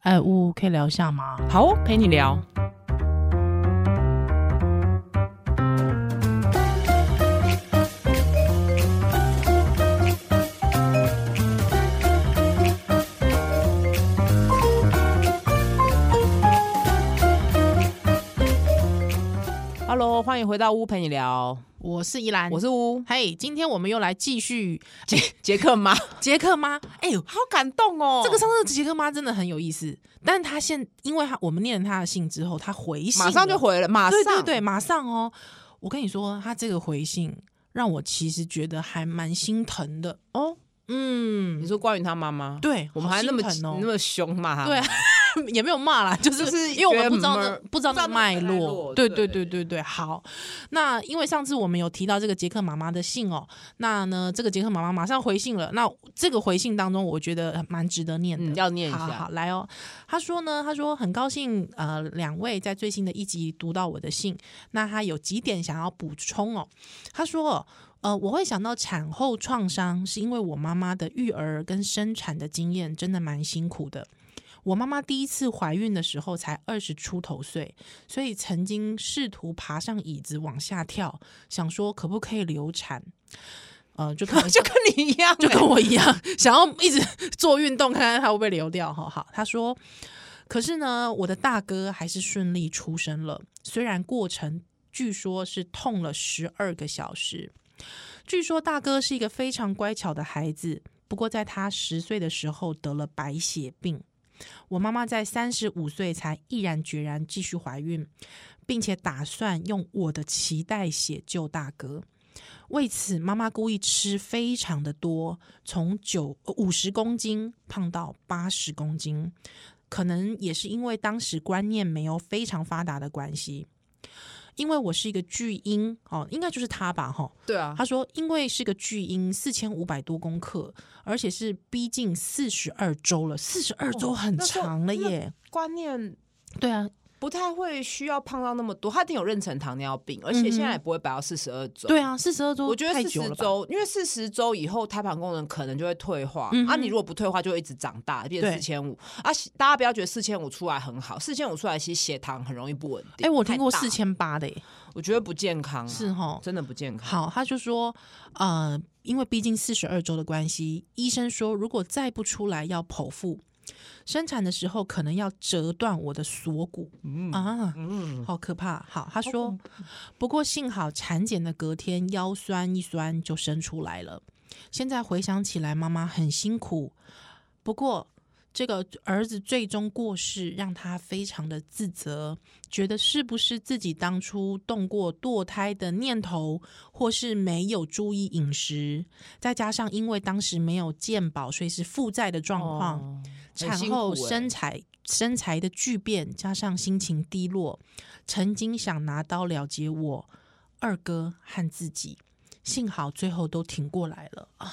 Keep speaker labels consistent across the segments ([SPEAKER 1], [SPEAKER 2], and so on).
[SPEAKER 1] 哎，呜，可以聊一下吗？
[SPEAKER 2] 好哦，陪你聊。Hello，欢迎回到屋陪你聊，
[SPEAKER 1] 我是依兰，
[SPEAKER 2] 我是屋
[SPEAKER 1] 嘿，今天我们又来继续
[SPEAKER 2] 杰杰克妈，
[SPEAKER 1] 杰克妈。哎呦，
[SPEAKER 2] 好感动哦！
[SPEAKER 1] 这个上次的杰克妈真的很有意思，但她现因为她我们念了她的信之后，她回信
[SPEAKER 2] 马上就
[SPEAKER 1] 了，
[SPEAKER 2] 回了，马上
[SPEAKER 1] 对对对，马上哦。我跟你说，她这个回信让我其实觉得还蛮心疼的。
[SPEAKER 2] 哦。
[SPEAKER 1] 嗯
[SPEAKER 2] 你，说关于他妈妈，
[SPEAKER 1] 对，
[SPEAKER 2] 我们还那么、
[SPEAKER 1] 好心疼
[SPEAKER 2] 那
[SPEAKER 1] 哦，
[SPEAKER 2] 么凶骂他，
[SPEAKER 1] 对啊， 也没有骂 啦，就是
[SPEAKER 2] 就是
[SPEAKER 1] 因为我们不知道
[SPEAKER 2] 觉
[SPEAKER 1] 那
[SPEAKER 2] 得
[SPEAKER 1] 不知道那个脉
[SPEAKER 2] 不知道那个脉
[SPEAKER 1] 络
[SPEAKER 2] 络，
[SPEAKER 1] 对对
[SPEAKER 2] 对
[SPEAKER 1] 对对对。好，那因为上次我们有提到这个杰克妈妈的信哦，那呢这个杰克妈妈马上回信了，那这个回信当中我觉得蛮值得念的，
[SPEAKER 2] 嗯，要念一下。
[SPEAKER 1] 好好来哦。他说呢，他说很高兴呃，两位在最新的一集读到我的信，那他有几点想要补充哦。他说呃，我会想到产后创伤是因为我妈妈的育儿跟生产的经验真的蛮辛苦的。我妈妈第一次怀孕的时候才二十出头岁，所以曾经试图爬上椅子往下跳，想说可不可以流产，呃，就可能
[SPEAKER 2] 就跟你一样欸、
[SPEAKER 1] 就跟我一样，想要一直 做运动，看看他会不会流掉。哈，好，他说，可是呢，我的大哥还是顺利出生了，虽然过程据说是痛了十二个小时。据说大哥是一个非常乖巧的孩子，不过在他十岁的时候得了白血病。我妈妈在三十五岁才毅然决然继续怀孕，并且打算用我的脐带血救大哥。为此，妈妈故意吃非常的多，从九呃五十公斤胖到八十公斤，可能也是因为当时观念没有非常发达的关系。因为我是一个巨婴哦，应该就是他吧，哈、
[SPEAKER 2] 对啊，
[SPEAKER 1] 他说，因为是个巨婴，四千五百多公克，而且是逼近四十二周了，四十二周很
[SPEAKER 2] 那时候
[SPEAKER 1] 长了
[SPEAKER 2] 哦那
[SPEAKER 1] 耶。
[SPEAKER 2] 观念
[SPEAKER 1] 对啊，
[SPEAKER 2] 不太会需要胖到那么多，他一定有妊娠糖尿病，而且现在也不会摆到四十二周。
[SPEAKER 1] 嗯对啊，四十二周，
[SPEAKER 2] 我觉得
[SPEAKER 1] 太
[SPEAKER 2] 四
[SPEAKER 1] 久
[SPEAKER 2] 十
[SPEAKER 1] 了吧。
[SPEAKER 2] 周，因为四十周以后胎盘功能可能就会退化，
[SPEAKER 1] 嗯哼
[SPEAKER 2] 啊，你如果不退化就会一直长大，变
[SPEAKER 1] 对
[SPEAKER 2] 四千五啊。大家不要觉得四千五出来很好，四千五出来其实血糖很容易不稳定。
[SPEAKER 1] 哎，我听过
[SPEAKER 2] 太大
[SPEAKER 1] 四，千八的耶，
[SPEAKER 2] 我觉得不健康、啊，
[SPEAKER 1] 是哈。
[SPEAKER 2] 真的不健康。
[SPEAKER 1] 好，他就说，呃，因为毕竟四十二周的关系，医生说如果再不出来要剖腹，生产的时候可能要折断我的锁骨、啊，
[SPEAKER 2] 嗯，
[SPEAKER 1] 好可怕。好，他
[SPEAKER 2] 好
[SPEAKER 1] 说
[SPEAKER 2] 恐，
[SPEAKER 1] 不过幸好产检的隔天腰酸一酸就生出来了。现在回想起来，妈妈很辛苦，不过。这个儿子最终过世，让他非常的自责，觉得是不是自己当初动过堕胎的念头，或是没有注意饮食，再加上因为当时没有健保，所以是负债的状况，
[SPEAKER 2] 哦
[SPEAKER 1] 产后
[SPEAKER 2] 欸
[SPEAKER 1] 身材、身材的巨变，加上心情低落，曾经想拿刀了结我二哥和自己，幸好最后都挺过来了。啊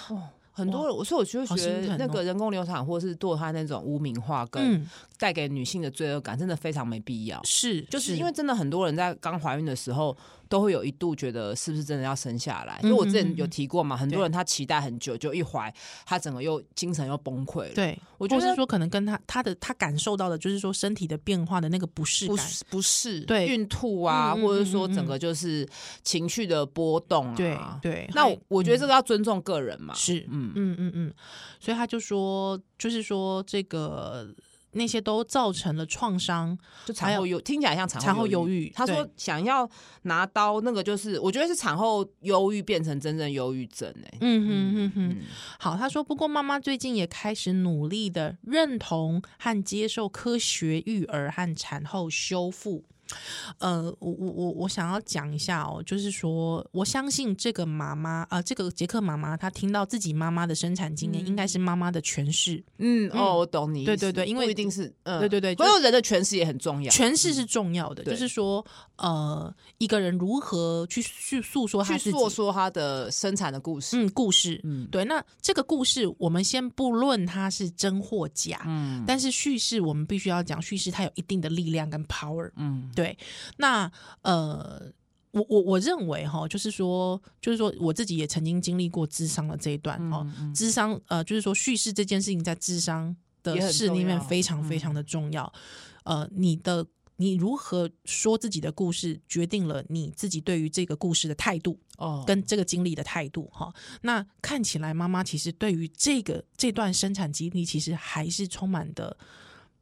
[SPEAKER 2] 很多人，我所以我就
[SPEAKER 1] 好
[SPEAKER 2] 觉
[SPEAKER 1] 心疼
[SPEAKER 2] 得
[SPEAKER 1] 哦
[SPEAKER 2] 那个人工流产或是堕胎那种污名化跟
[SPEAKER 1] 嗯，
[SPEAKER 2] 带给女性的罪恶感，真的非常没必要。
[SPEAKER 1] 是，
[SPEAKER 2] 就是因为真的很多人在刚怀孕的时候，都会有一度觉得是不是真的要生下来。
[SPEAKER 1] 嗯
[SPEAKER 2] 因为我之前有提过嘛，很多人他期待很久，就一怀，他整个又精神又崩溃了。
[SPEAKER 1] 对，
[SPEAKER 2] 我
[SPEAKER 1] 我
[SPEAKER 2] 觉
[SPEAKER 1] 就是
[SPEAKER 2] 得
[SPEAKER 1] 说，可能跟他他的他感受到的，就是说身体的变化的那个不适
[SPEAKER 2] 不
[SPEAKER 1] 感，
[SPEAKER 2] 是不是
[SPEAKER 1] 对
[SPEAKER 2] 孕吐啊，
[SPEAKER 1] 嗯嗯
[SPEAKER 2] 或者
[SPEAKER 1] 嗯
[SPEAKER 2] 说
[SPEAKER 1] 嗯嗯
[SPEAKER 2] 整个就是情绪的波动
[SPEAKER 1] 对
[SPEAKER 2] 啊。
[SPEAKER 1] 对。
[SPEAKER 2] 那
[SPEAKER 1] 还嗯
[SPEAKER 2] 我我觉得这个要尊重个人嘛。
[SPEAKER 1] 是，
[SPEAKER 2] 嗯
[SPEAKER 1] 嗯嗯嗯，所以他就说，就是说这个那些都造成了创伤，
[SPEAKER 2] 就产后忧，听起来像产
[SPEAKER 1] 产后忧
[SPEAKER 2] 忧
[SPEAKER 1] 郁
[SPEAKER 2] 他说
[SPEAKER 1] 对
[SPEAKER 2] 想要拿刀，那个就是我觉得是产后忧郁变成真正忧郁症哎、
[SPEAKER 1] 嗯哼哼哼，好，他说，不过妈妈最近也开始努力的认同和接受科学育儿和产后修复。呃，我我我我想要讲一下哦，就是说，我相信这个妈妈啊、呃这个杰克妈妈，她听到自己妈妈的生产经验，应该是妈妈的诠释，
[SPEAKER 2] 嗯，
[SPEAKER 1] 嗯
[SPEAKER 2] 哦，我懂你意思，
[SPEAKER 1] 对对对因为
[SPEAKER 2] 不一定是，嗯，
[SPEAKER 1] 对对对就
[SPEAKER 2] 所有人的诠释也很重要，
[SPEAKER 1] 诠释是重要的，
[SPEAKER 2] 对
[SPEAKER 1] 就是说，呃，一个人如何去去诉说他自己
[SPEAKER 2] 去诉说他的生产的故事，
[SPEAKER 1] 嗯故事，
[SPEAKER 2] 嗯
[SPEAKER 1] 对，那这个故事我们先不论它是真或假，
[SPEAKER 2] 嗯
[SPEAKER 1] 但是叙事我们必须要讲，叙事它有一定的力量跟 power。
[SPEAKER 2] 嗯，
[SPEAKER 1] 对，那呃，我我我认为哈，就是说，就是说我自己也曾经经历过智商的这一段哈，
[SPEAKER 2] 嗯嗯
[SPEAKER 1] 智商呃，就是说叙事这件事情在智商
[SPEAKER 2] 也
[SPEAKER 1] 的
[SPEAKER 2] 很
[SPEAKER 1] 事
[SPEAKER 2] 重
[SPEAKER 1] 里面
[SPEAKER 2] 要嗯
[SPEAKER 1] 非常非常的重要。呃，你的你如何说自己的故事，决定了你自己对于这个故事的态度
[SPEAKER 2] 哦，
[SPEAKER 1] 跟这个经历的态度哈。那看起来妈妈其实对于这个这段生产经历，其实还是充满的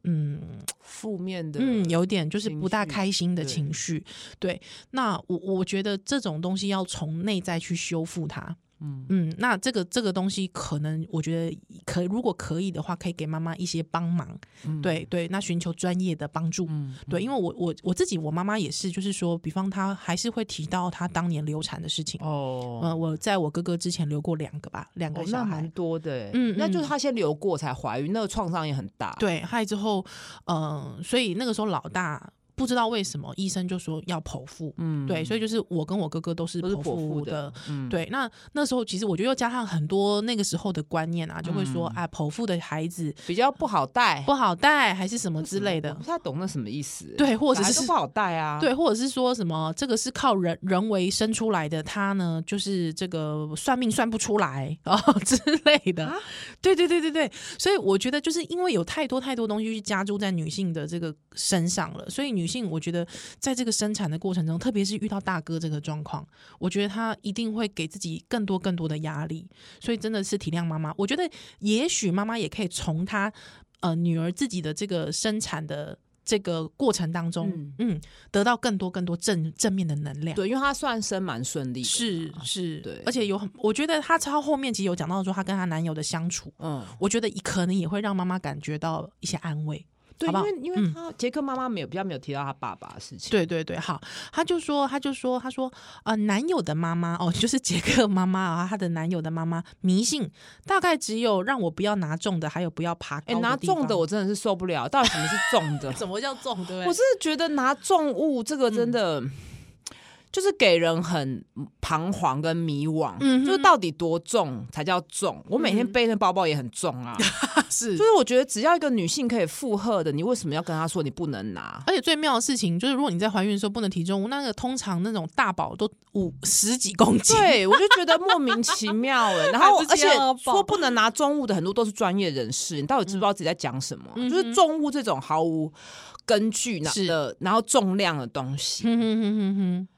[SPEAKER 1] 嗯
[SPEAKER 2] 负面的，
[SPEAKER 1] 嗯，有点就是
[SPEAKER 2] 情
[SPEAKER 1] 不大
[SPEAKER 2] 绪
[SPEAKER 1] 开心的
[SPEAKER 2] 对
[SPEAKER 1] 情绪。对，那我我觉得这种东西要从内在去修复它。
[SPEAKER 2] 嗯
[SPEAKER 1] 嗯，那这个这个东西，可能我觉得可如果可以的话，可以给妈妈一些帮忙。
[SPEAKER 2] 嗯
[SPEAKER 1] 对对，那寻求专业的帮助。
[SPEAKER 2] 嗯，
[SPEAKER 1] 对，因为我我我自己，我妈妈也是，就是说，比方她还是会提到她当年流产的事情。
[SPEAKER 2] 哦，
[SPEAKER 1] 嗯，我在我哥哥之前流过两个吧，两
[SPEAKER 2] 哦
[SPEAKER 1] 个，
[SPEAKER 2] 那
[SPEAKER 1] 小孩。
[SPEAKER 2] 蛮多的欸，
[SPEAKER 1] 嗯
[SPEAKER 2] 那就是
[SPEAKER 1] 嗯
[SPEAKER 2] 她先流过才怀孕，那个创伤也很大，，
[SPEAKER 1] 对，害之后，嗯、所以那个时候老大不知道为什么医生就说要剖腹，
[SPEAKER 2] 嗯
[SPEAKER 1] 对，所以就是我跟我哥哥都是
[SPEAKER 2] 都是
[SPEAKER 1] 剖
[SPEAKER 2] 剖腹
[SPEAKER 1] 腹
[SPEAKER 2] 的
[SPEAKER 1] 的。
[SPEAKER 2] 嗯，
[SPEAKER 1] 对，那那时候其实我觉得又加上很多那个时候的观念啊，就会说、
[SPEAKER 2] 嗯
[SPEAKER 1] 啊，剖腹的孩子
[SPEAKER 2] 比较不好带
[SPEAKER 1] 不好带，还是什么之
[SPEAKER 2] 什么
[SPEAKER 1] 类
[SPEAKER 2] 我
[SPEAKER 1] 的
[SPEAKER 2] 不，太懂那什么意思欸，
[SPEAKER 1] 对，或者
[SPEAKER 2] 小 孩
[SPEAKER 1] 是
[SPEAKER 2] 都不好带啊，
[SPEAKER 1] 对，或者是说什么这个是靠人人为生出来的，他呢就是这个算命算不出来 哦之类的
[SPEAKER 2] 啊。
[SPEAKER 1] 对对对对对，所以我觉得就是因为有太多太多东西去加注在女性的这个身上了，所以女性我觉得在这个生产的过程中，特别是遇到大哥这个状况，我觉得她一定会给自己更多更多的压力，所以真的是体谅妈妈。我觉得也许妈妈也可以从她呃女儿自己的这个生产的。这个过程当中，
[SPEAKER 2] 嗯
[SPEAKER 1] 嗯，得到更多更多正正面的能量。
[SPEAKER 2] 对，因为她算生蛮顺利的
[SPEAKER 1] 是
[SPEAKER 2] 嘛，
[SPEAKER 1] 是，
[SPEAKER 2] 对
[SPEAKER 1] 而且有很，我觉得她超后面其实有讲到说她跟她男友的相处，
[SPEAKER 2] 嗯，
[SPEAKER 1] 我觉得可能也会让妈妈感觉到一些安慰。
[SPEAKER 2] 对，
[SPEAKER 1] 好不
[SPEAKER 2] 因
[SPEAKER 1] 好
[SPEAKER 2] 为因为
[SPEAKER 1] 嗯
[SPEAKER 2] 她杰克妈妈没有比较没有提到她爸爸的事情，
[SPEAKER 1] 对对对，好，她就说，她就说，她说，呃，男友的妈妈哦，就是杰克妈妈啊，她的男友的妈妈迷信，大概只有让我不要拿重的，还有不要爬
[SPEAKER 2] 哎、
[SPEAKER 1] 高的地方。？
[SPEAKER 2] 拿重的我真的是受不了，到底什么是重的
[SPEAKER 1] 怎么叫重？对
[SPEAKER 2] 我
[SPEAKER 1] 不
[SPEAKER 2] 是觉得拿重物这个
[SPEAKER 1] 嗯
[SPEAKER 2] 真的。就是给人很彷徨跟迷惘，
[SPEAKER 1] 嗯哼嗯
[SPEAKER 2] 就是到底多重才叫重？我每天背那包包也很重 啊，
[SPEAKER 1] 对？是
[SPEAKER 2] 就是我觉得只要一个女性可以负荷的，你为什么要跟她说你不能拿？
[SPEAKER 1] 而且最妙的事情就是，如果你在怀孕的时候不能提重物，那个通常那种大宝都五十几公斤，
[SPEAKER 2] 对，我就觉得莫名其妙哎、然后
[SPEAKER 1] 还不
[SPEAKER 2] 而
[SPEAKER 1] 是
[SPEAKER 2] 且
[SPEAKER 1] 要抱
[SPEAKER 2] 说不能拿重物的很多都是专业人士，你到底知不知道自己在讲什么？
[SPEAKER 1] 嗯
[SPEAKER 2] 就是重物这种毫无根据拿
[SPEAKER 1] 是
[SPEAKER 2] 的，然后重量的东西，
[SPEAKER 1] 哼哼哼
[SPEAKER 2] 嗯
[SPEAKER 1] 哼哼。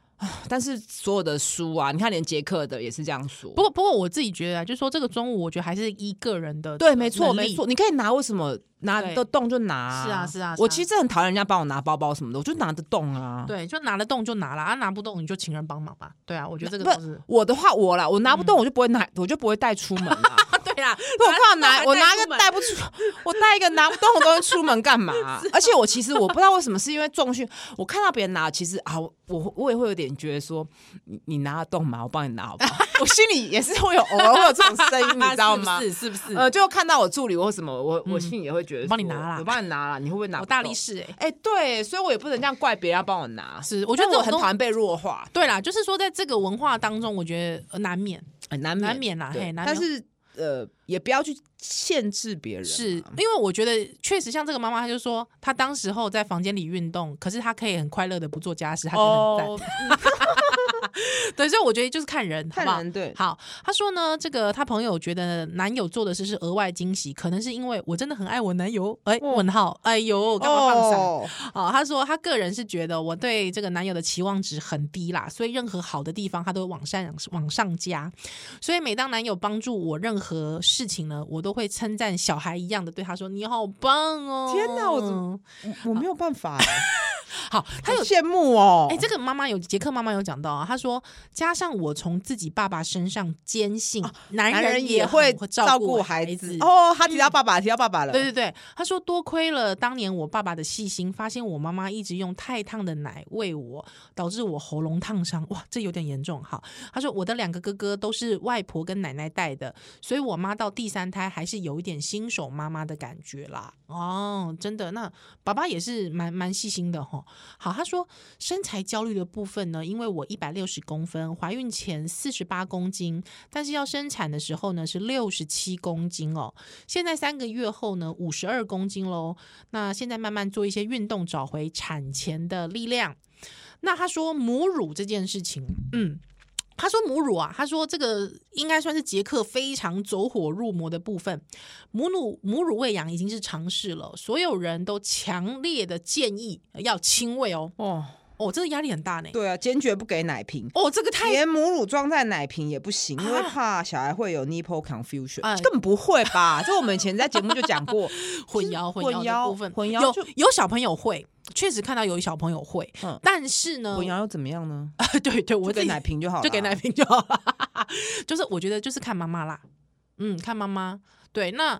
[SPEAKER 2] 但是所有的书啊，你看连杰克的也是这样说。
[SPEAKER 1] 不过，不过我自己觉得啊，就是说这个中午，我觉得还是一个人的
[SPEAKER 2] 对，没错，
[SPEAKER 1] 能力
[SPEAKER 2] 没错，你可以拿，为什么拿
[SPEAKER 1] 对
[SPEAKER 2] 得动就拿、
[SPEAKER 1] 是啊是啊是
[SPEAKER 2] 我
[SPEAKER 1] 啊
[SPEAKER 2] 其实很讨厌人家帮我拿包包什么的，我就拿得动啊。，
[SPEAKER 1] 对，就拿得动就拿了啊，拿不动你就请人帮忙吧。对啊，我觉得这
[SPEAKER 2] 不
[SPEAKER 1] 个都是
[SPEAKER 2] 我的话，我啦，我拿
[SPEAKER 1] 嗯
[SPEAKER 2] 不动，我就不会拿，我就不会带出门啦。
[SPEAKER 1] 啊， 对啦，
[SPEAKER 2] 不， 我靠，拿我拿
[SPEAKER 1] 出
[SPEAKER 2] 个
[SPEAKER 1] 门
[SPEAKER 2] 带不出， 我带一个拿不动的东西出门 干嘛、
[SPEAKER 1] 啊
[SPEAKER 2] 而且我其实我不知道为什么，是因为重训，我看到别人拿，其实啊，我我我也会有点觉得说，你你拿得动吗？我帮你拿好不好？ 我心里也是会有偶尔会有这种 声音，你知道吗？
[SPEAKER 1] 啊是是不是？
[SPEAKER 2] 呃，就看到我助理或什么，我我心里也会觉得
[SPEAKER 1] 我帮你
[SPEAKER 2] 说
[SPEAKER 1] 拿啦
[SPEAKER 2] 我帮你拿啦，你会不会拿？
[SPEAKER 1] 我大力。士哎，
[SPEAKER 2] 哎、对，所以我也不能这样怪别人要帮我拿。
[SPEAKER 1] 是，我
[SPEAKER 2] 我
[SPEAKER 1] 觉得这
[SPEAKER 2] 我
[SPEAKER 1] 种
[SPEAKER 2] 很
[SPEAKER 1] 东
[SPEAKER 2] 讨厌被弱化，
[SPEAKER 1] 对啦，就是说在这个文化当中，我觉得呃难免
[SPEAKER 2] 很难
[SPEAKER 1] 难免啦，
[SPEAKER 2] 对
[SPEAKER 1] 嘿，难免
[SPEAKER 2] 但是呃，也不要去限制别人啊。
[SPEAKER 1] 是因为我觉得确实像这个妈妈，她就说她当时候在房间里运动，可是她可以很快乐的不做家事，她觉得很赞。
[SPEAKER 2] 哦，
[SPEAKER 1] 对，所以我觉得就是看人，好
[SPEAKER 2] 看
[SPEAKER 1] 不好？
[SPEAKER 2] 人对，
[SPEAKER 1] 好，她说呢，这个她朋友觉得男友做的事是额外惊喜，可能是因为我真的很爱我男友。哎、
[SPEAKER 2] 哦
[SPEAKER 1] 问号，哎呦，干嘛放闪？
[SPEAKER 2] 哦
[SPEAKER 1] 哦，她说她个人是觉得我对这个男友的期望值很低啦，所以任何好的地方她都会往上往上加。所以每当男友帮助我任何事情呢，我都会称赞小孩一样的对他说：“你好棒哦！”
[SPEAKER 2] 天哪我怎么我我没有办 法欸，
[SPEAKER 1] 好？他
[SPEAKER 2] 他
[SPEAKER 1] 啊有
[SPEAKER 2] 有羡慕哦。
[SPEAKER 1] 哎、这个妈妈有杰克妈妈有讲到啊，她说加上我从自己爸爸身上坚信、男
[SPEAKER 2] 哦男人
[SPEAKER 1] 也
[SPEAKER 2] 也会
[SPEAKER 1] 很
[SPEAKER 2] 照
[SPEAKER 1] 顾
[SPEAKER 2] 顾孩
[SPEAKER 1] 子嗯
[SPEAKER 2] 子。哦，他提到爸爸，提到爸爸了。
[SPEAKER 1] 对对对，她说多亏了当年我爸爸的细心，发现我妈妈一直用太烫的奶喂我，导致我喉咙烫伤。哇，这有点严重哈。她说我的两个哥哥都是外婆跟奶奶带的，所以我妈到第三胎还是有一点新手妈妈的感觉啦。哦，真的，那爸爸也是蛮蛮细心的哈。好，她说身材焦虑的部分呢，因为我一百六十公分，怀孕前四十八公斤，但是要生产的时候呢是六十七公斤哦。现在三个月后呢，五十二公斤喽。那现在慢慢做一些运动，找回产前的力量。那他说母乳这件事情，嗯，他说母乳啊，他说这个应该算是捷克非常走火入魔的部分。母乳母乳喂养已经是常事了，所有人都强烈的建议要亲喂哦。
[SPEAKER 2] 哦，
[SPEAKER 1] 哦，真的压力很大呢。
[SPEAKER 2] 对啊，坚决不给奶瓶。
[SPEAKER 1] 哦，这个太
[SPEAKER 2] 连母乳装在奶瓶也不行，因为
[SPEAKER 1] 啊
[SPEAKER 2] 怕小孩会有 nipple confusion，、
[SPEAKER 1] 哎
[SPEAKER 2] 根本不会吧？这我们以前在节目就讲过，
[SPEAKER 1] 混淆
[SPEAKER 2] 混
[SPEAKER 1] 混淆的
[SPEAKER 2] 淆
[SPEAKER 1] 部分，
[SPEAKER 2] 混淆
[SPEAKER 1] 有
[SPEAKER 2] 就
[SPEAKER 1] 有小朋友会，确实看到有小朋友会，
[SPEAKER 2] 嗯
[SPEAKER 1] 但是呢
[SPEAKER 2] 混，淆又怎么样呢？
[SPEAKER 1] 对对，我
[SPEAKER 2] 就
[SPEAKER 1] 自
[SPEAKER 2] 给
[SPEAKER 1] 己
[SPEAKER 2] 奶瓶就好了，
[SPEAKER 1] 啊
[SPEAKER 2] 啊
[SPEAKER 1] 就给奶瓶就好了。 就是我觉得就是看妈妈啦，嗯，看妈妈。对，那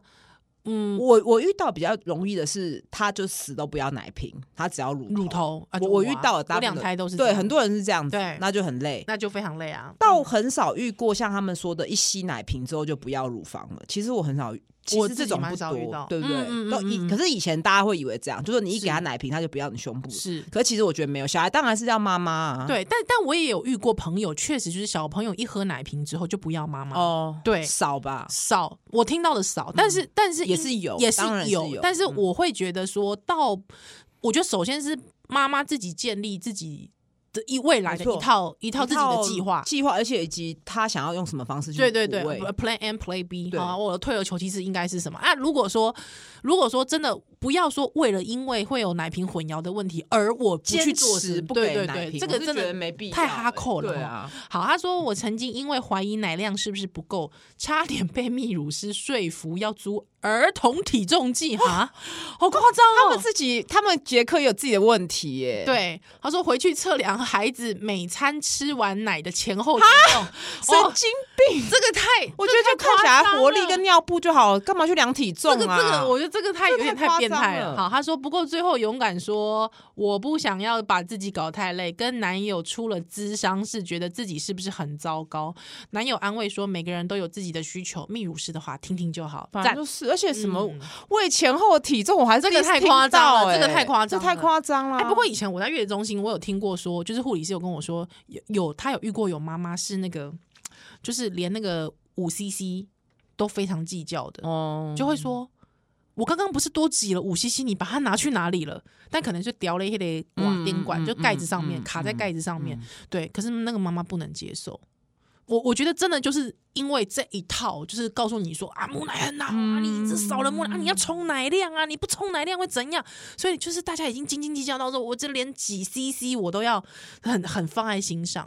[SPEAKER 1] 嗯，
[SPEAKER 2] 我我遇到比较容易的是，他就死都不要奶瓶，他只要乳
[SPEAKER 1] 乳头啊，
[SPEAKER 2] 我
[SPEAKER 1] 就
[SPEAKER 2] 我
[SPEAKER 1] 啊
[SPEAKER 2] 遇到的大
[SPEAKER 1] 我
[SPEAKER 2] 部分
[SPEAKER 1] 两胎都是这
[SPEAKER 2] 对，
[SPEAKER 1] 样
[SPEAKER 2] 很多人是这样子，
[SPEAKER 1] 对
[SPEAKER 2] 那就很累。
[SPEAKER 1] 那就非常累啊。
[SPEAKER 2] 但我很少遇过像他们说的，一吸奶瓶之后就不要乳房了。其实我很少遇，其
[SPEAKER 1] 我
[SPEAKER 2] 实这
[SPEAKER 1] 自己
[SPEAKER 2] 种
[SPEAKER 1] 蛮
[SPEAKER 2] 不
[SPEAKER 1] 少遇
[SPEAKER 2] 多
[SPEAKER 1] 到，
[SPEAKER 2] 对不对？
[SPEAKER 1] 嗯嗯嗯
[SPEAKER 2] 都以
[SPEAKER 1] 嗯
[SPEAKER 2] 可是以前大家会以为这样，就是你一给他
[SPEAKER 1] 是
[SPEAKER 2] 奶瓶，他就不要你胸部了。
[SPEAKER 1] 是
[SPEAKER 2] 可其实我觉得没有，小孩当然是要妈妈啊。
[SPEAKER 1] 对，但但我也有遇过朋友，确实就是小朋友一喝奶瓶之后就不要妈妈。
[SPEAKER 2] 哦，
[SPEAKER 1] 对
[SPEAKER 2] 少吧，
[SPEAKER 1] 少，我听到的少，但是、但是
[SPEAKER 2] 也
[SPEAKER 1] 因
[SPEAKER 2] 是有
[SPEAKER 1] 也是
[SPEAKER 2] 当然是
[SPEAKER 1] 有，
[SPEAKER 2] 有
[SPEAKER 1] 但是
[SPEAKER 2] 嗯
[SPEAKER 1] 我会觉得说到，我觉得首先是妈妈自己建立自己的一未来的
[SPEAKER 2] 没错
[SPEAKER 1] 一套一
[SPEAKER 2] 一
[SPEAKER 1] 套自己的计划，
[SPEAKER 2] 计划，而且以及他想要用什么方式去
[SPEAKER 1] 对对对
[SPEAKER 2] 抚慰
[SPEAKER 1] 呃，Plan A Play B
[SPEAKER 2] 对
[SPEAKER 1] 好啊，我的退而求其次应该是什么啊？如果说如果说真的不要说为了因为会有奶瓶混淆的问题而我不去
[SPEAKER 2] 坚
[SPEAKER 1] 做事，
[SPEAKER 2] 持不
[SPEAKER 1] 对
[SPEAKER 2] 给
[SPEAKER 1] 对
[SPEAKER 2] 奶
[SPEAKER 1] 对，
[SPEAKER 2] 瓶，
[SPEAKER 1] 这
[SPEAKER 2] 我
[SPEAKER 1] 个
[SPEAKER 2] 是
[SPEAKER 1] 真
[SPEAKER 2] 觉
[SPEAKER 1] 的
[SPEAKER 2] 得没必要
[SPEAKER 1] 太
[SPEAKER 2] 欸
[SPEAKER 1] hardcore 了哦
[SPEAKER 2] 对啊，
[SPEAKER 1] 好，他说我曾经因为怀疑奶量是不是不够，差点被泌乳师说服要租儿童体重计哈，好夸
[SPEAKER 2] 他
[SPEAKER 1] 张
[SPEAKER 2] 们
[SPEAKER 1] 哦。
[SPEAKER 2] 自己，他们杰克也有自己的问题耶。，
[SPEAKER 1] 对，他说回去测量孩子每餐吃完奶的前后体重，
[SPEAKER 2] 神
[SPEAKER 1] 哦，
[SPEAKER 2] 经病！
[SPEAKER 1] 这个太，
[SPEAKER 2] 我觉
[SPEAKER 1] 这
[SPEAKER 2] 得
[SPEAKER 1] 个
[SPEAKER 2] 就
[SPEAKER 1] 太
[SPEAKER 2] 看
[SPEAKER 1] 夸
[SPEAKER 2] 小孩
[SPEAKER 1] 张
[SPEAKER 2] 活力
[SPEAKER 1] 了
[SPEAKER 2] 跟尿布就好，干嘛去量体重
[SPEAKER 1] 这个
[SPEAKER 2] 啊？
[SPEAKER 1] 这个，我觉得这个太
[SPEAKER 2] 这
[SPEAKER 1] 有
[SPEAKER 2] 个
[SPEAKER 1] 点
[SPEAKER 2] 太
[SPEAKER 1] 太
[SPEAKER 2] 夸
[SPEAKER 1] 变
[SPEAKER 2] 张
[SPEAKER 1] 态
[SPEAKER 2] 了
[SPEAKER 1] 了。好，他说不过最后勇敢说，我不想要把自己搞太累。跟男友出了咨商是觉得自己是不是很糟糕？男友安慰说，每个人都有自己的需求，泌乳师的话听听就好。
[SPEAKER 2] 反正
[SPEAKER 1] 赞
[SPEAKER 2] 就是，而且什么
[SPEAKER 1] 嗯
[SPEAKER 2] 为前后的体重，我还是
[SPEAKER 1] 这个
[SPEAKER 2] 第一次
[SPEAKER 1] 太
[SPEAKER 2] 听
[SPEAKER 1] 夸张
[SPEAKER 2] 到
[SPEAKER 1] 了这个
[SPEAKER 2] 欸
[SPEAKER 1] 太夸
[SPEAKER 2] 这
[SPEAKER 1] 张
[SPEAKER 2] 太
[SPEAKER 1] 了
[SPEAKER 2] 夸张了。
[SPEAKER 1] 哎，不过以前我在月子中心，我有听过说，就是护理师有跟我说，有有他有遇过有妈妈是那个，就是连那个五 CC 都非常计较的，
[SPEAKER 2] 哦，
[SPEAKER 1] 就会说。我刚刚不是多挤了五 CC，你把它拿去哪里了？但可能就掉了一些的
[SPEAKER 2] 嗯
[SPEAKER 1] 管电管，
[SPEAKER 2] 嗯
[SPEAKER 1] 就盖子上面、
[SPEAKER 2] 嗯
[SPEAKER 1] 卡在
[SPEAKER 2] 嗯
[SPEAKER 1] 盖子上面。对，可是那个妈妈不能接受。我我觉得真的就是因为这一套，就是告诉你说啊，母奶很好
[SPEAKER 2] 嗯
[SPEAKER 1] 啊，你这少了母奶、啊，你要冲奶量啊，你不冲奶量会怎样？所以就是大家已经斤斤计较到说，我这连几 CC 我都要很很放在心上，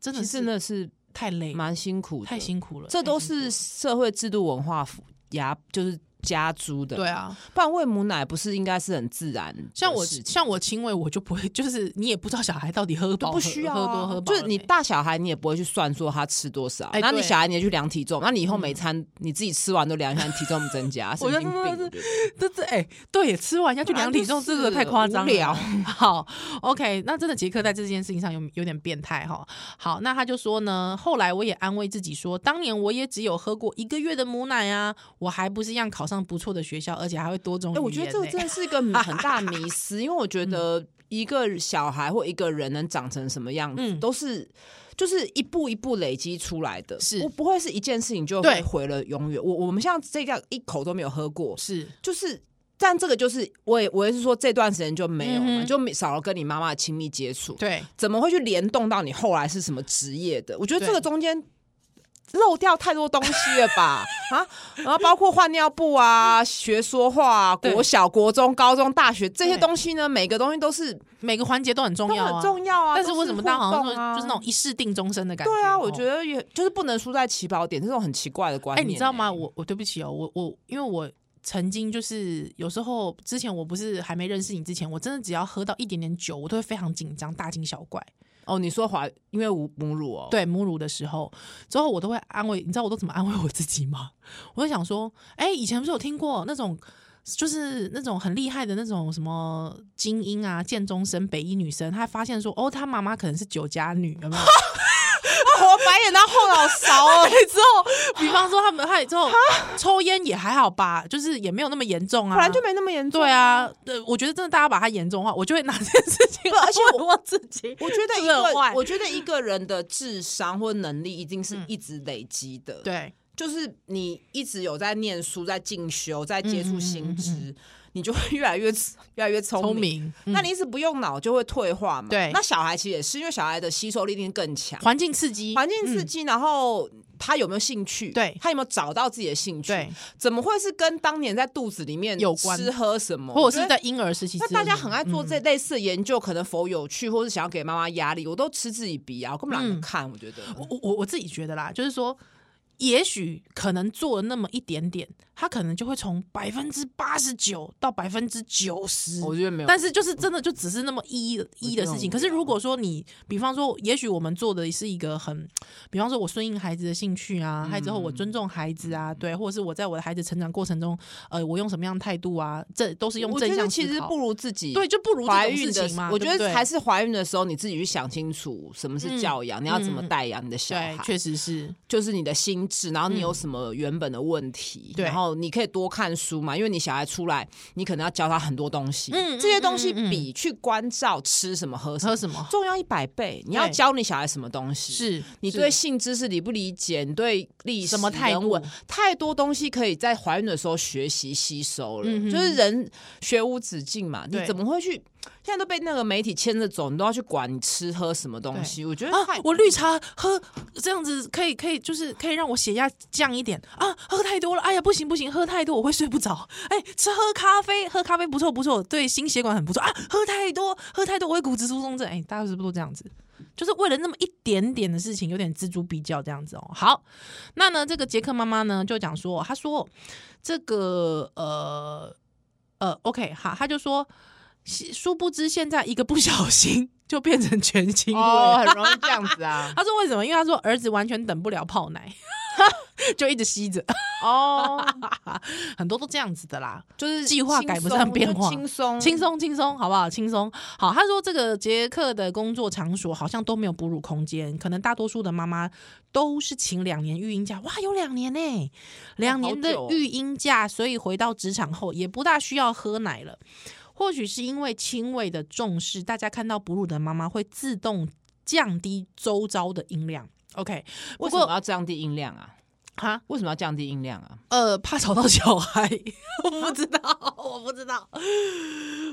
[SPEAKER 1] 真的
[SPEAKER 2] 嗯其实真
[SPEAKER 1] 是
[SPEAKER 2] 的是
[SPEAKER 1] 太累，
[SPEAKER 2] 蛮辛苦的，
[SPEAKER 1] 太辛苦了，
[SPEAKER 2] 这
[SPEAKER 1] 太
[SPEAKER 2] 都
[SPEAKER 1] 辛苦
[SPEAKER 2] 是社会制度文化压，就是加诸的。
[SPEAKER 1] 了对，啊。
[SPEAKER 2] 不然喂母奶不是应该是很自然的事情？
[SPEAKER 1] 像我像我亲喂，我就不会，就是你也不知道小孩到底喝
[SPEAKER 2] 都
[SPEAKER 1] 饱
[SPEAKER 2] 不需要、
[SPEAKER 1] 喝
[SPEAKER 2] 啊、
[SPEAKER 1] 喝多喝饱
[SPEAKER 2] 就
[SPEAKER 1] 了没，
[SPEAKER 2] 是你大小孩，你也不会去算说他吃多少。
[SPEAKER 1] 哎
[SPEAKER 2] 那你
[SPEAKER 1] 对
[SPEAKER 2] 小孩你也去量体重，那你以后每餐你自己吃完都量一下你体重增加，神
[SPEAKER 1] 我觉得
[SPEAKER 2] 经
[SPEAKER 1] 这这
[SPEAKER 2] 病。嗯 我觉得
[SPEAKER 1] 这这哎，对，吃完要去量体重，这个太夸张
[SPEAKER 2] 啊无聊
[SPEAKER 1] 了。 好，OK，那真的杰克在这件事情上有有点变态哈。好，那他就说呢，后来我也安慰自己说，当年我也只有喝过一个月的母奶啊，我还不是一样考上不错的学校，而且还会多种语
[SPEAKER 2] 哎、
[SPEAKER 1] 言呢、
[SPEAKER 2] 我觉得这个真的是一个
[SPEAKER 1] 欸
[SPEAKER 2] 很大迷思，因为我觉
[SPEAKER 1] 嗯
[SPEAKER 2] 得一个小孩或一个人能长成什么样子，
[SPEAKER 1] 嗯
[SPEAKER 2] 都是就是一步一步累积出来的，
[SPEAKER 1] 是
[SPEAKER 2] 我不会是一件事情就会
[SPEAKER 1] 对
[SPEAKER 2] 毁了永远。我我们像这个一口都没有喝过，
[SPEAKER 1] 是
[SPEAKER 2] 就是。但这个就是我也我也是说这段时间就没有
[SPEAKER 1] 嗯
[SPEAKER 2] 嘛，
[SPEAKER 1] 哼
[SPEAKER 2] 就没少了跟你妈妈的亲密接触，
[SPEAKER 1] 对，
[SPEAKER 2] 怎么会去联动到你后来是什么职业的？我觉得
[SPEAKER 1] 对
[SPEAKER 2] 这个中间漏掉太多东西了 吧？啊，然后包括换尿布啊、学说话啊、
[SPEAKER 1] 对
[SPEAKER 2] 国小、国中、高中、大学这些
[SPEAKER 1] 对
[SPEAKER 2] 东西呢，每个东西都是
[SPEAKER 1] 每个环节都很重
[SPEAKER 2] 都
[SPEAKER 1] 要、啊，
[SPEAKER 2] 很重要啊。
[SPEAKER 1] 但是
[SPEAKER 2] 都
[SPEAKER 1] 为什么大家好像
[SPEAKER 2] 互
[SPEAKER 1] 说
[SPEAKER 2] 动啊
[SPEAKER 1] 就是那种一试定终身的感觉？
[SPEAKER 2] 对啊？
[SPEAKER 1] 哦
[SPEAKER 2] 我觉得也就是不能输在起跑点，这种很奇怪的观
[SPEAKER 1] 哎、
[SPEAKER 2] 念。
[SPEAKER 1] 你知道吗？？我我对不起哦，我我因为我曾经就是有时候之前我不是还没认识你之前，我真的只要喝到一点点酒，我都会非常紧张，大惊小怪。
[SPEAKER 2] 哦，你说怀因为母母乳哦，，
[SPEAKER 1] 对母乳的时候，之后我都会安慰，你知道我都怎么安慰我自己吗？我就想说，哎、以前不是有听过那种。就是那种很厉害的那种什么精英啊，建中生、北医女生，她发现说，哦，她妈妈可能是酒家女，有没 有？
[SPEAKER 2] 我哦白眼到后脑勺 哦。
[SPEAKER 1] 之 后，比方说他们，她也之后抽烟也还好吧，就是也没有那么严重啊，
[SPEAKER 2] 本来就没那么严重，
[SPEAKER 1] 对啊，对，我觉得真的大家把它严重化，我就会拿这件事情
[SPEAKER 2] 不而且我
[SPEAKER 1] 问我自己。
[SPEAKER 2] 我觉得一
[SPEAKER 1] 这很
[SPEAKER 2] 个
[SPEAKER 1] 坏，
[SPEAKER 2] 我觉得一个人的智商或能力一定是
[SPEAKER 1] 嗯
[SPEAKER 2] 一直累积的。，
[SPEAKER 1] 对嗯
[SPEAKER 2] 就是你一直有在念书、在进修、在接触新知，你就会越来越越来越聪
[SPEAKER 1] 聪
[SPEAKER 2] 明。
[SPEAKER 1] 明，嗯
[SPEAKER 2] 那你一直不用脑就会退化嘛？
[SPEAKER 1] 对
[SPEAKER 2] 那小孩其实也是，因为小孩的吸收力一定更强，
[SPEAKER 1] 环境刺激，
[SPEAKER 2] 环境刺
[SPEAKER 1] 嗯
[SPEAKER 2] 激，然后他有没有兴趣？
[SPEAKER 1] 对
[SPEAKER 2] 他有没有找到自己的兴趣？
[SPEAKER 1] 对，
[SPEAKER 2] 怎么会是跟当年在肚子里面
[SPEAKER 1] 有关
[SPEAKER 2] 吃喝什么，
[SPEAKER 1] 或者是
[SPEAKER 2] 我觉得
[SPEAKER 1] 在婴儿时期之
[SPEAKER 2] 哦那
[SPEAKER 1] 类的，
[SPEAKER 2] 大家很爱做
[SPEAKER 1] 嗯
[SPEAKER 2] 这类似的研究，可能否有趣，或是想要给妈妈压力，我都嗤之以鼻啊，我根本懒得看。我觉得
[SPEAKER 1] 嗯我我我我自己觉得啦，就是说，也许可能做了那么一点点，他可能就会从百分之八十九到百分之九十。
[SPEAKER 2] 嗯我觉得没有，
[SPEAKER 1] 但是就是真的就只是那么一一的事情。
[SPEAKER 2] 我觉得很无聊
[SPEAKER 1] 可是如果说你，比方说，也许我们做的是一个很，比方说我顺应孩子的兴趣啊，还有之后我尊重孩子
[SPEAKER 2] 嗯
[SPEAKER 1] 啊，对，或者是我在我的孩子成长过程中，呃，我用什么样的态度啊，这都是用
[SPEAKER 2] 我
[SPEAKER 1] 正
[SPEAKER 2] 觉得
[SPEAKER 1] 向
[SPEAKER 2] 其
[SPEAKER 1] 思
[SPEAKER 2] 实
[SPEAKER 1] 考
[SPEAKER 2] 不如自己
[SPEAKER 1] 对，就不如这
[SPEAKER 2] 怀
[SPEAKER 1] 种
[SPEAKER 2] 孕
[SPEAKER 1] 事
[SPEAKER 2] 的
[SPEAKER 1] 情嘛。
[SPEAKER 2] 我觉得还
[SPEAKER 1] 还是
[SPEAKER 2] 是怀孕的时候，你自己去想清楚什么是教养，你要怎么带养你的小孩
[SPEAKER 1] 嗯对，，确实是
[SPEAKER 2] 就是你的心智，然后你有什么原本的问题，
[SPEAKER 1] 对
[SPEAKER 2] 然后你可以多看书嘛，因为你小孩出来，你可能要教他很多东西，
[SPEAKER 1] 嗯
[SPEAKER 2] 这些东西
[SPEAKER 1] 嗯嗯嗯
[SPEAKER 2] 比去关照吃什么喝什么
[SPEAKER 1] 喝什么
[SPEAKER 2] 重要一百倍。你要
[SPEAKER 1] 对
[SPEAKER 2] 教你小孩什么东西，
[SPEAKER 1] 是
[SPEAKER 2] 你
[SPEAKER 1] 是
[SPEAKER 2] 对性知识理不理解，你对历史
[SPEAKER 1] 什么态
[SPEAKER 2] 人
[SPEAKER 1] 度
[SPEAKER 2] 文？太多东西可以在怀孕的时候学习吸收了，
[SPEAKER 1] 嗯哼
[SPEAKER 2] 就是人学无止境嘛。你
[SPEAKER 1] 对
[SPEAKER 2] 怎么会去？现在都被那个媒体牵着走，你都要去管你吃喝什么东西。我觉得
[SPEAKER 1] 啊
[SPEAKER 2] 太、，
[SPEAKER 1] 我绿茶喝这样子可以可以，就是可以让我血压降一点啊，喝太多了，哎呀不行不行，喝太多我会睡不着。哎，吃喝咖啡，喝咖啡不错不错，对心血管很不错啊，喝太多喝太多我会骨质疏松症。哎，大家是不是都这样子？就是为了那么一点点的事情，有点锱铢必较这样子哦。好，那呢，这个杰克妈妈呢就讲说，她说这个呃呃，OK，好，她就说，殊不知现在一个不小心就变成全新味了。
[SPEAKER 2] 哦，很容易这样子啊
[SPEAKER 1] 他说为什么？因为他说儿子完全等不了泡奶， 就一直吸着，
[SPEAKER 2] 哦，
[SPEAKER 1] 很多都这样子的啦，
[SPEAKER 2] 就是
[SPEAKER 1] 计划赶不上变化
[SPEAKER 2] 轻松
[SPEAKER 1] 轻。松轻松，好不好？轻松好。他说这个杰克的工作场所好像都没有哺乳空间，可能大多数的妈妈都是请两年育婴假，哇，有两年呢、两年的
[SPEAKER 2] 好久哦
[SPEAKER 1] 育婴假，所以回到职场后也不大需要喝奶了。或许是因为亲喂的重视，大家看到哺乳的妈妈会自动降低周遭的音量。OK，不
[SPEAKER 2] 为什么
[SPEAKER 1] 过
[SPEAKER 2] 要降低音量啊？
[SPEAKER 1] 哈，
[SPEAKER 2] 为什么要降低音量啊？
[SPEAKER 1] 呃，怕吵到小孩，我不知道，我不知道，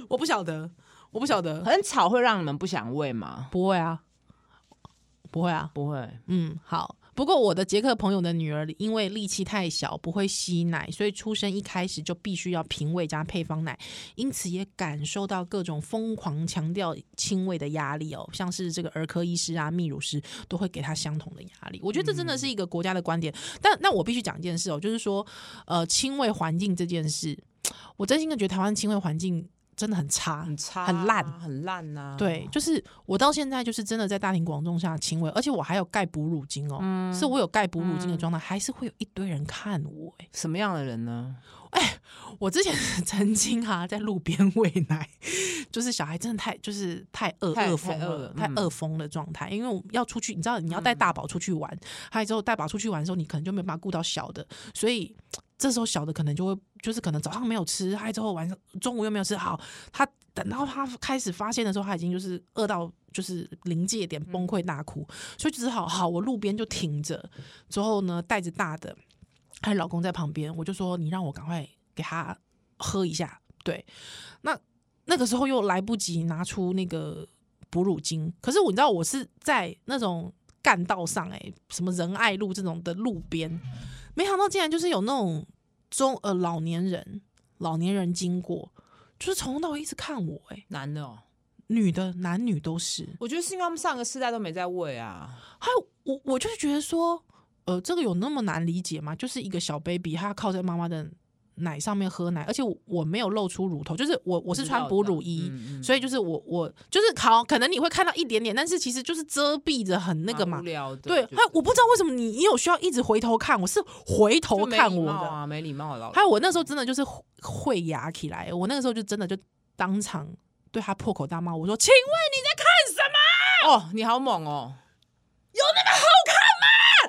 [SPEAKER 1] 我不晓得，我不晓得，
[SPEAKER 2] 很吵会让你们不想喂吗？
[SPEAKER 1] 不会啊，不会啊，
[SPEAKER 2] 不会，
[SPEAKER 1] 嗯，好。不过我的捷克朋友的女儿因为力气太小，不会吸奶，所以出生一开始就必须要平喂加配方奶，因此也感受到各种疯狂强调亲喂的压力哦，像是这个儿科医师啊、泌乳师都会给他相同的压力。我觉得这真的是一个国家的观点。但那我必须讲一件事哦，就是说，呃，亲喂环境这件事，我真心的觉得台湾亲喂环境真的很差，
[SPEAKER 2] 很差、啊
[SPEAKER 1] 很烂，
[SPEAKER 2] 很烂呐、
[SPEAKER 1] 对，，就是我到现在就是真的在大庭广众下亲喂，而且我还有盖哺乳巾哦，是我有盖哺乳巾的状态，还是会有一堆人看我、欸。
[SPEAKER 2] 什么样的人呢？
[SPEAKER 1] 我之前 曾经哈、在路边喂奶，就是小孩真的太就是太饿
[SPEAKER 2] 太
[SPEAKER 1] 饿疯
[SPEAKER 2] 太饿
[SPEAKER 1] 了
[SPEAKER 2] 了，
[SPEAKER 1] 太
[SPEAKER 2] 嗯
[SPEAKER 1] 饿疯的状态，因为我要出去，你知道你要带大宝出去玩，还有之后带宝出去玩的时候，你可能就没办法顾到小的，所以。这时候小的可能就会，就是可能早上没有吃，还有之后晚上中午又没有吃好，他等到他开始发现的时候，他已经就是饿到就是临界点
[SPEAKER 2] 嗯
[SPEAKER 1] 崩溃大哭，所以就只好好我路边就停着，之后呢带着大的，还有老公在旁边，我就说你让我赶快给他喝一下。对，那那个时候又来不及拿出那个哺乳巾，可是我你知道我是在那种干道上哎、什么仁爱路这种的路边，没想到竟然就是有那种中呃老年人，老年人经过，就是从头到尾一直看我哎、
[SPEAKER 2] 男的哦，
[SPEAKER 1] 女的男女都是，
[SPEAKER 2] 我觉得是因为他们上个世代都没在喂啊，
[SPEAKER 1] 还有我我就是觉得说，呃，这个有那么难理解吗？就是一个小 baby，他靠在妈妈的奶上面喝奶，而且我我没有露出乳头，就是我我是穿哺乳衣。
[SPEAKER 2] 嗯嗯
[SPEAKER 1] 所以就是我我就是好，可能你会看到一点点，但是其实就是遮蔽着很那个
[SPEAKER 2] 蛮
[SPEAKER 1] 嘛
[SPEAKER 2] 无。聊的，
[SPEAKER 1] 对，
[SPEAKER 2] 觉
[SPEAKER 1] 还有
[SPEAKER 2] 得
[SPEAKER 1] 我不知道为什么你你有需要一直回头看，我是回头
[SPEAKER 2] 就没
[SPEAKER 1] 看
[SPEAKER 2] 礼
[SPEAKER 1] 我
[SPEAKER 2] 貌
[SPEAKER 1] 的。
[SPEAKER 2] 啊，没礼貌的老
[SPEAKER 1] 还有我那时候真的就是会会牙起来，我那个时候就真的就当场对他破口大骂，我说：“请问
[SPEAKER 2] 哦，你好猛哦，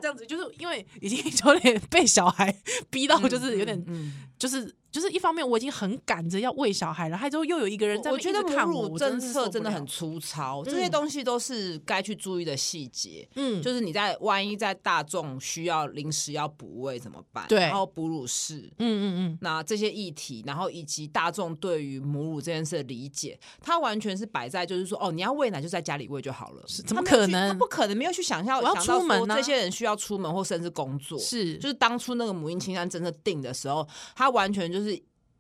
[SPEAKER 1] 这样子，就是因为已经有点被小孩 逼到，就是有点
[SPEAKER 2] 嗯，
[SPEAKER 1] 就是就是一方面我已经很赶着要喂小孩了，还之后又有一个人在那
[SPEAKER 2] 我
[SPEAKER 1] 边
[SPEAKER 2] 觉
[SPEAKER 1] 一
[SPEAKER 2] 得
[SPEAKER 1] 直看我，
[SPEAKER 2] 母乳
[SPEAKER 1] 我真
[SPEAKER 2] 政
[SPEAKER 1] 的是
[SPEAKER 2] 策
[SPEAKER 1] 受不
[SPEAKER 2] 真的
[SPEAKER 1] 了
[SPEAKER 2] 很粗糙，这些东西都是该去注意的细节。
[SPEAKER 1] 嗯，
[SPEAKER 2] 就是你在万一在大众需要临时要补位怎么办？
[SPEAKER 1] 对
[SPEAKER 2] 然后哺乳室，
[SPEAKER 1] 嗯嗯
[SPEAKER 2] 那这些议题，然后以及大众对于母乳这件事的理解，它完全是摆在就是说，哦，你要喂奶就在家里喂就好了，
[SPEAKER 1] 怎么
[SPEAKER 2] 他没有
[SPEAKER 1] 可
[SPEAKER 2] 去
[SPEAKER 1] 能
[SPEAKER 2] 他不可能没有去想象，
[SPEAKER 1] 我要
[SPEAKER 2] 想到
[SPEAKER 1] 出门
[SPEAKER 2] 说
[SPEAKER 1] 啊
[SPEAKER 2] 这些人需要出门或甚至工作，
[SPEAKER 1] 嗯，是
[SPEAKER 2] 就是当初那个母婴清单政策定的时候，他完全就是。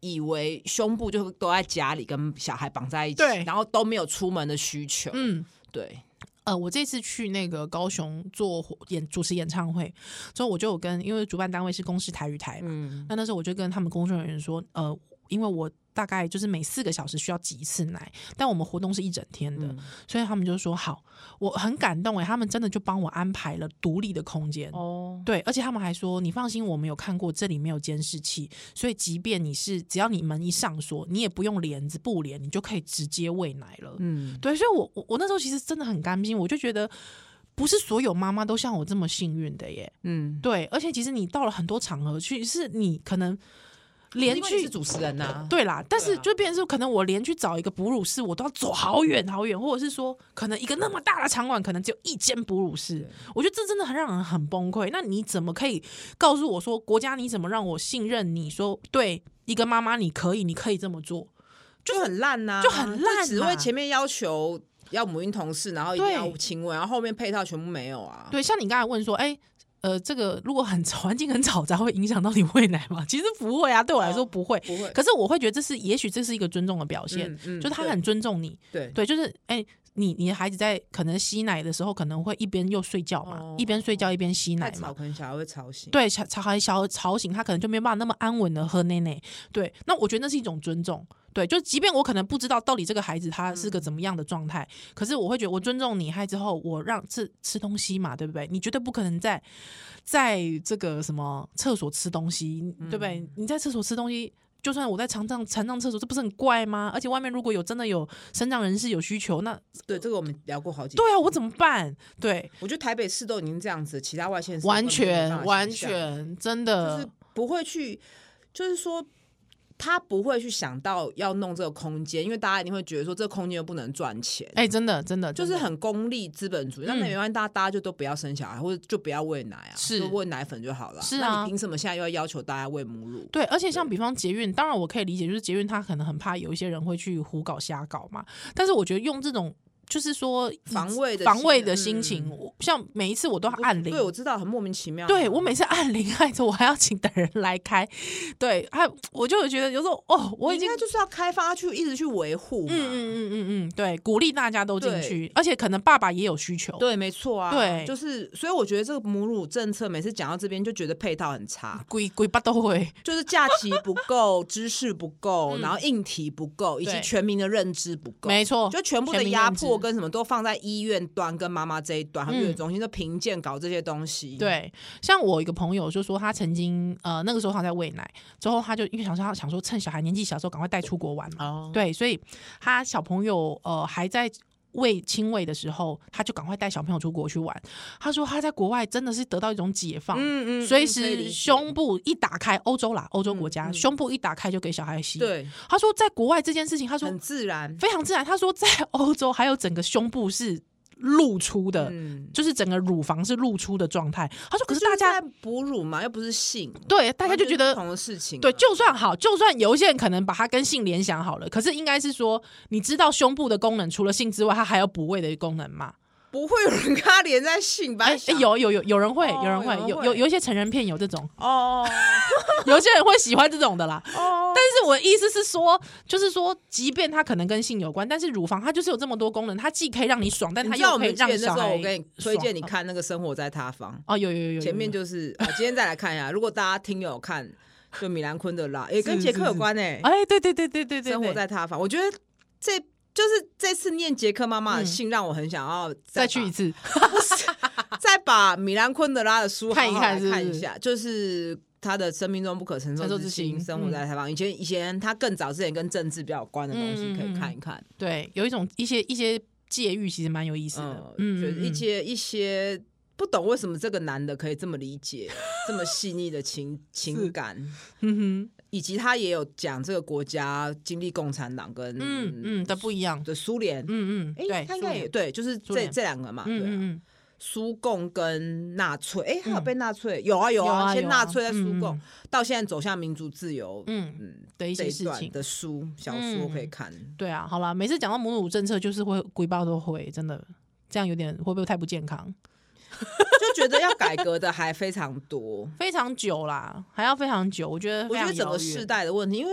[SPEAKER 2] 以为胸部就都在家里跟小孩绑在一起
[SPEAKER 1] 对，
[SPEAKER 2] 然后都没有出门的需求。
[SPEAKER 1] 嗯。
[SPEAKER 2] 对，
[SPEAKER 1] 呃，我这次去那个高雄做活演主持演唱会之后，我就有跟因为主办单位是公视台语台嘛，
[SPEAKER 2] 嗯，
[SPEAKER 1] 那那时候我就跟他们工作人员说，呃，因为我大概就是每四个小时需要挤一次奶，但我们活动是一整天的，
[SPEAKER 2] 嗯
[SPEAKER 1] 所以他们就说好，我很感动哎、他们真的就帮我安排了独立的空间。
[SPEAKER 2] 哦，
[SPEAKER 1] 对，而且他们还说，你放心，我们有看过，这里没有监视器，所以即便你是只要你门一上锁，你也不用帘子布帘，你就可以直接喂奶了。
[SPEAKER 2] 嗯，
[SPEAKER 1] 对，所以我我我那时候其实真的很甘心，我就觉得不是所有妈妈都像我这么幸运的耶。
[SPEAKER 2] 嗯，
[SPEAKER 1] 对，而且其实你到了很多场合去，是你可能连
[SPEAKER 2] 因为你
[SPEAKER 1] 去
[SPEAKER 2] 是。主持人呐、
[SPEAKER 1] 对啦，但
[SPEAKER 2] 对
[SPEAKER 1] 是
[SPEAKER 2] 啊
[SPEAKER 1] 就变成是可能我连去找一个哺乳室，我都要走好远好远，或者是说，可能一个那么大的场馆，可能只有一间哺乳室，我觉得这真的很让人很崩溃。那你怎么可以告诉我说，国家你怎么让我信任你说，对一个妈妈你可以，你可以这么做？
[SPEAKER 2] 就很烂呐、
[SPEAKER 1] 就很烂啊
[SPEAKER 2] 只会前面要求要母婴同事，然后一定
[SPEAKER 1] 对
[SPEAKER 2] 要亲吻，然后后面配套全部没有啊。
[SPEAKER 1] 对，像你刚才问说，哎、呃，这个如果很 吵环境很嘈杂，会影响到你喂奶吗？其实不会啊，对我来说
[SPEAKER 2] 嗯
[SPEAKER 1] 不会。
[SPEAKER 2] 不会，
[SPEAKER 1] 可是我会觉得这是，也许这是一个尊重的表现，
[SPEAKER 2] 嗯嗯
[SPEAKER 1] 就他很尊重你。
[SPEAKER 2] 对
[SPEAKER 1] 对，就是哎、你你的孩子在可能吸奶的时候，可能会一边又睡觉嘛，
[SPEAKER 2] 哦
[SPEAKER 1] 一边睡觉一边吸
[SPEAKER 2] 太
[SPEAKER 1] 奶嘛
[SPEAKER 2] 吵，。可能小孩会吵醒。
[SPEAKER 1] 对，小小孩小吵醒他，可能就没办法那么安稳的喝奶奶。对，那我觉得那是一种尊重。对，就即便我可能不知道到底这个孩子他是个
[SPEAKER 2] 嗯
[SPEAKER 1] 怎么样的状态，可是我会觉得我尊重你，还之后我让吃吃东西嘛，对不对？你绝对不可能在在这个什么厕所吃东西，对不对？
[SPEAKER 2] 嗯
[SPEAKER 1] 你在厕所吃东西。就算我在残障残障厕所，这不是很怪吗？而且外面如果有真的有身障人士有需求，那
[SPEAKER 2] 对，这个我们聊过好几。，
[SPEAKER 1] 对啊，我怎么办？对，
[SPEAKER 2] 我觉得台北市都已经这样子，其他外县市
[SPEAKER 1] 完
[SPEAKER 2] 根本没办
[SPEAKER 1] 全
[SPEAKER 2] 法
[SPEAKER 1] 完
[SPEAKER 2] 想象
[SPEAKER 1] 全真
[SPEAKER 2] 就
[SPEAKER 1] 的
[SPEAKER 2] 是不会去，就是说。他不会去想到要弄这个空间，因为大家一定会觉得说这个空间又不能赚钱，
[SPEAKER 1] 哎、真的真的
[SPEAKER 2] 就
[SPEAKER 1] 真
[SPEAKER 2] 是
[SPEAKER 1] 的
[SPEAKER 2] 很功利资本主义。那那
[SPEAKER 1] 嗯
[SPEAKER 2] 没关系，大家大家就都不要生小孩，或者就不要喂奶啊，
[SPEAKER 1] 是
[SPEAKER 2] 就喂奶粉就好了。
[SPEAKER 1] 是
[SPEAKER 2] 那
[SPEAKER 1] 啊嗯
[SPEAKER 2] 你凭什么现在又要要求大家喂母乳？
[SPEAKER 1] 对，而且像比方捷运，当然我可以理解，就是捷运它可能很怕有一些人会去胡搞瞎搞嘛。但是我觉得用这种就是说以
[SPEAKER 2] 防卫的
[SPEAKER 1] 防
[SPEAKER 2] 心
[SPEAKER 1] 卫
[SPEAKER 2] 理
[SPEAKER 1] 的心
[SPEAKER 2] 嗯
[SPEAKER 1] 情，我像每一次我都按铃
[SPEAKER 2] 对，，我知道，很莫名其妙。啊
[SPEAKER 1] 对我每次按铃，害着我还要请等人来开，对，还我就会觉得有时候哦，我
[SPEAKER 2] 我
[SPEAKER 1] 已
[SPEAKER 2] 应
[SPEAKER 1] 经
[SPEAKER 2] 该。就是要开发去一直去维护嘛。
[SPEAKER 1] 嗯嗯嗯嗯嗯，对，鼓励大家都进
[SPEAKER 2] 对
[SPEAKER 1] 去，而且可能爸爸也有需求，
[SPEAKER 2] 对，没错啊，
[SPEAKER 1] 对
[SPEAKER 2] 就是，所以我觉得这个母乳政策每次讲到这边就觉得配套很差，
[SPEAKER 1] 鬼鬼爸都会，
[SPEAKER 2] 就是假期不 够，知识不够，然后硬体不够，以及
[SPEAKER 1] 嗯对
[SPEAKER 2] 全民的认知不够，
[SPEAKER 1] 没错，
[SPEAKER 2] 就全部
[SPEAKER 1] 全
[SPEAKER 2] 的
[SPEAKER 1] 民
[SPEAKER 2] 压
[SPEAKER 1] 认知
[SPEAKER 2] 迫跟什么都放在医院端跟妈妈这一端，还有
[SPEAKER 1] 嗯
[SPEAKER 2] 月子中心的评鉴搞这些东西，，
[SPEAKER 1] 对，像我一个朋友就说，他曾经呃那个时候他在喂奶，之后他就因为想说他想说趁小孩年纪小的时候赶快带出国玩嘛，
[SPEAKER 2] 哦，
[SPEAKER 1] 对，所以他小朋友呃还在。喂亲喂的时候，他就赶快带小朋友出国去玩。他说他在国外真的是得到一种解放，
[SPEAKER 2] 嗯
[SPEAKER 1] 随
[SPEAKER 2] 可以理解
[SPEAKER 1] 时
[SPEAKER 2] 嗯
[SPEAKER 1] 胸部一打开，欧洲啦，欧洲国家、胸部一打开就给小孩吸。，
[SPEAKER 2] 对，
[SPEAKER 1] 他说在国外这件事情，他说
[SPEAKER 2] 很自然，
[SPEAKER 1] 非常自然。他说在欧洲还有整个胸部是露出的，
[SPEAKER 2] 嗯，
[SPEAKER 1] 就是整个乳房是露出的状态。他说可是
[SPEAKER 2] 就
[SPEAKER 1] 大家
[SPEAKER 2] 在哺乳嘛，又不是性，
[SPEAKER 1] 对，大家就觉
[SPEAKER 2] 完全是不
[SPEAKER 1] 得。
[SPEAKER 2] 同的事情啊，
[SPEAKER 1] 对，就算好，就算有一些人可能把它跟性联想好了，可是应该是说，你知道胸部的功能除了性之外，它还有补位的功能嘛？
[SPEAKER 2] 不会有人跟他连在性吧？
[SPEAKER 1] 哎、哎有有有有人会，
[SPEAKER 2] 哦
[SPEAKER 1] 有人会，
[SPEAKER 2] 有人
[SPEAKER 1] 有
[SPEAKER 2] 会，
[SPEAKER 1] 有有一些成人片有这种
[SPEAKER 2] 哦
[SPEAKER 1] 有些人会喜欢这种的啦。
[SPEAKER 2] 哦，
[SPEAKER 1] 但是我的意思是说，就是说，即便它可能跟性有关，但是乳房它就是有这么多功能，它既可以让你爽，但
[SPEAKER 2] 你
[SPEAKER 1] 它
[SPEAKER 2] 知道
[SPEAKER 1] 又
[SPEAKER 2] 我
[SPEAKER 1] 可以
[SPEAKER 2] 们之
[SPEAKER 1] 让
[SPEAKER 2] 前那
[SPEAKER 1] 小
[SPEAKER 2] 时候，
[SPEAKER 1] 孩
[SPEAKER 2] 我跟你推荐你
[SPEAKER 1] 爽
[SPEAKER 2] 看那个《生活在他方》，
[SPEAKER 1] 哦，有有有有有
[SPEAKER 2] 前面就是、啊、今天再来看一下。如果大家听友有看，就米兰昆德 拉，也、跟杰克有关哎、
[SPEAKER 1] 哎，对对对对对对，
[SPEAKER 2] 生活
[SPEAKER 1] 对
[SPEAKER 2] 在他方》，我觉得这就是这次念杰克妈妈的
[SPEAKER 1] 嗯
[SPEAKER 2] 信，让我很想要
[SPEAKER 1] 再
[SPEAKER 2] 把
[SPEAKER 1] 去一，次，
[SPEAKER 2] 再把米兰昆德拉的书
[SPEAKER 1] 看一
[SPEAKER 2] 好好来
[SPEAKER 1] 看是不
[SPEAKER 2] 看一
[SPEAKER 1] 是
[SPEAKER 2] 下，就是。他的生命中不可承
[SPEAKER 1] 承受
[SPEAKER 2] 受之
[SPEAKER 1] 之嗯
[SPEAKER 2] 轻，
[SPEAKER 1] 轻
[SPEAKER 2] 生活在他方。以前以前他更早之前跟政治比较有关的东西
[SPEAKER 1] 嗯嗯
[SPEAKER 2] 可以
[SPEAKER 1] 嗯
[SPEAKER 2] 看一看。
[SPEAKER 1] 对，有一种一些一些戒欲，其实蛮有意思的。
[SPEAKER 2] 嗯，
[SPEAKER 1] 嗯，
[SPEAKER 2] 觉得一
[SPEAKER 1] 嗯
[SPEAKER 2] 些一些不懂为什么这个男的可以这么理解这么细腻的情情感，
[SPEAKER 1] 嗯哼，
[SPEAKER 2] 以及他也有讲这个国家经历共产党跟
[SPEAKER 1] 嗯嗯的不一样，
[SPEAKER 2] 的苏联，
[SPEAKER 1] 嗯嗯，
[SPEAKER 2] 哎、
[SPEAKER 1] 对，
[SPEAKER 2] 他应该也
[SPEAKER 1] 苏联，
[SPEAKER 2] 对，就是
[SPEAKER 1] 苏
[SPEAKER 2] 这
[SPEAKER 1] 联
[SPEAKER 2] 这两个嘛，
[SPEAKER 1] 嗯
[SPEAKER 2] 对啊、
[SPEAKER 1] 嗯嗯，
[SPEAKER 2] 苏共跟纳粹，哎、他有被纳粹、有啊有啊，
[SPEAKER 1] 啊
[SPEAKER 2] 先
[SPEAKER 1] 有
[SPEAKER 2] 纳
[SPEAKER 1] 啊
[SPEAKER 2] 粹再苏
[SPEAKER 1] 嗯
[SPEAKER 2] 共、
[SPEAKER 1] 嗯
[SPEAKER 2] 到现在走向民族自由，
[SPEAKER 1] 嗯
[SPEAKER 2] 嗯，
[SPEAKER 1] 的一
[SPEAKER 2] 这
[SPEAKER 1] 些
[SPEAKER 2] 一
[SPEAKER 1] 事
[SPEAKER 2] 段
[SPEAKER 1] 情。嗯
[SPEAKER 2] 的书小说可以看，
[SPEAKER 1] 对啊，好啦，每次讲到母乳政策，就是会鬼包都会，真的这样有点会不会太不健康？。
[SPEAKER 2] 就觉得要改革的还非常多
[SPEAKER 1] 非常久啦，还要非常久，我觉得
[SPEAKER 2] 我
[SPEAKER 1] 非
[SPEAKER 2] 觉
[SPEAKER 1] 常
[SPEAKER 2] 得整个
[SPEAKER 1] 遥远
[SPEAKER 2] 世代的问题，因为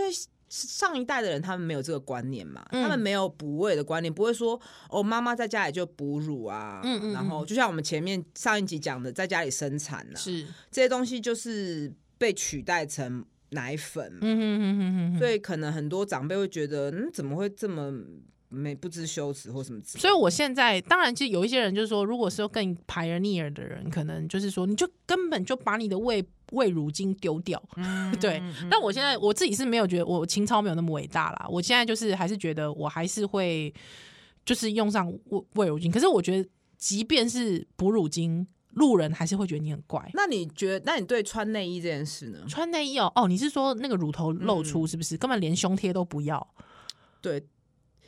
[SPEAKER 2] 上一代的人他们没有这个观念嘛，
[SPEAKER 1] 嗯
[SPEAKER 2] 他们没有哺喂的观念，不会说哦，妈妈在家里就哺乳啊，
[SPEAKER 1] 嗯嗯嗯
[SPEAKER 2] 然后就像我们前面上一集讲的，在家里生产啊，
[SPEAKER 1] 是，
[SPEAKER 2] 这些东西就是被取代成奶粉嘛，
[SPEAKER 1] 嗯哼哼哼哼哼，
[SPEAKER 2] 所以可能很多长辈会觉得，嗯，怎么会这么没不知羞耻或什么之类的
[SPEAKER 1] 所以我现在当然，其实有一些人就是说，如果是更 pioneer 的人，可能就是说，你就根本就把你的喂喂乳精丢掉。
[SPEAKER 2] 嗯
[SPEAKER 1] 对，但我现在我自己是没有觉得我情操没有那么伟大啦。我现在就是还是觉得我还是会就是用上喂喂乳精，可是我觉得即便是哺乳精，路人还是会觉得你很怪。
[SPEAKER 2] 那你觉得，那你对穿内衣这件事呢？
[SPEAKER 1] 穿内衣哦，哦，你是说那个乳头露出是不
[SPEAKER 2] 嗯
[SPEAKER 1] 是？根本连胸贴都不要
[SPEAKER 2] 对，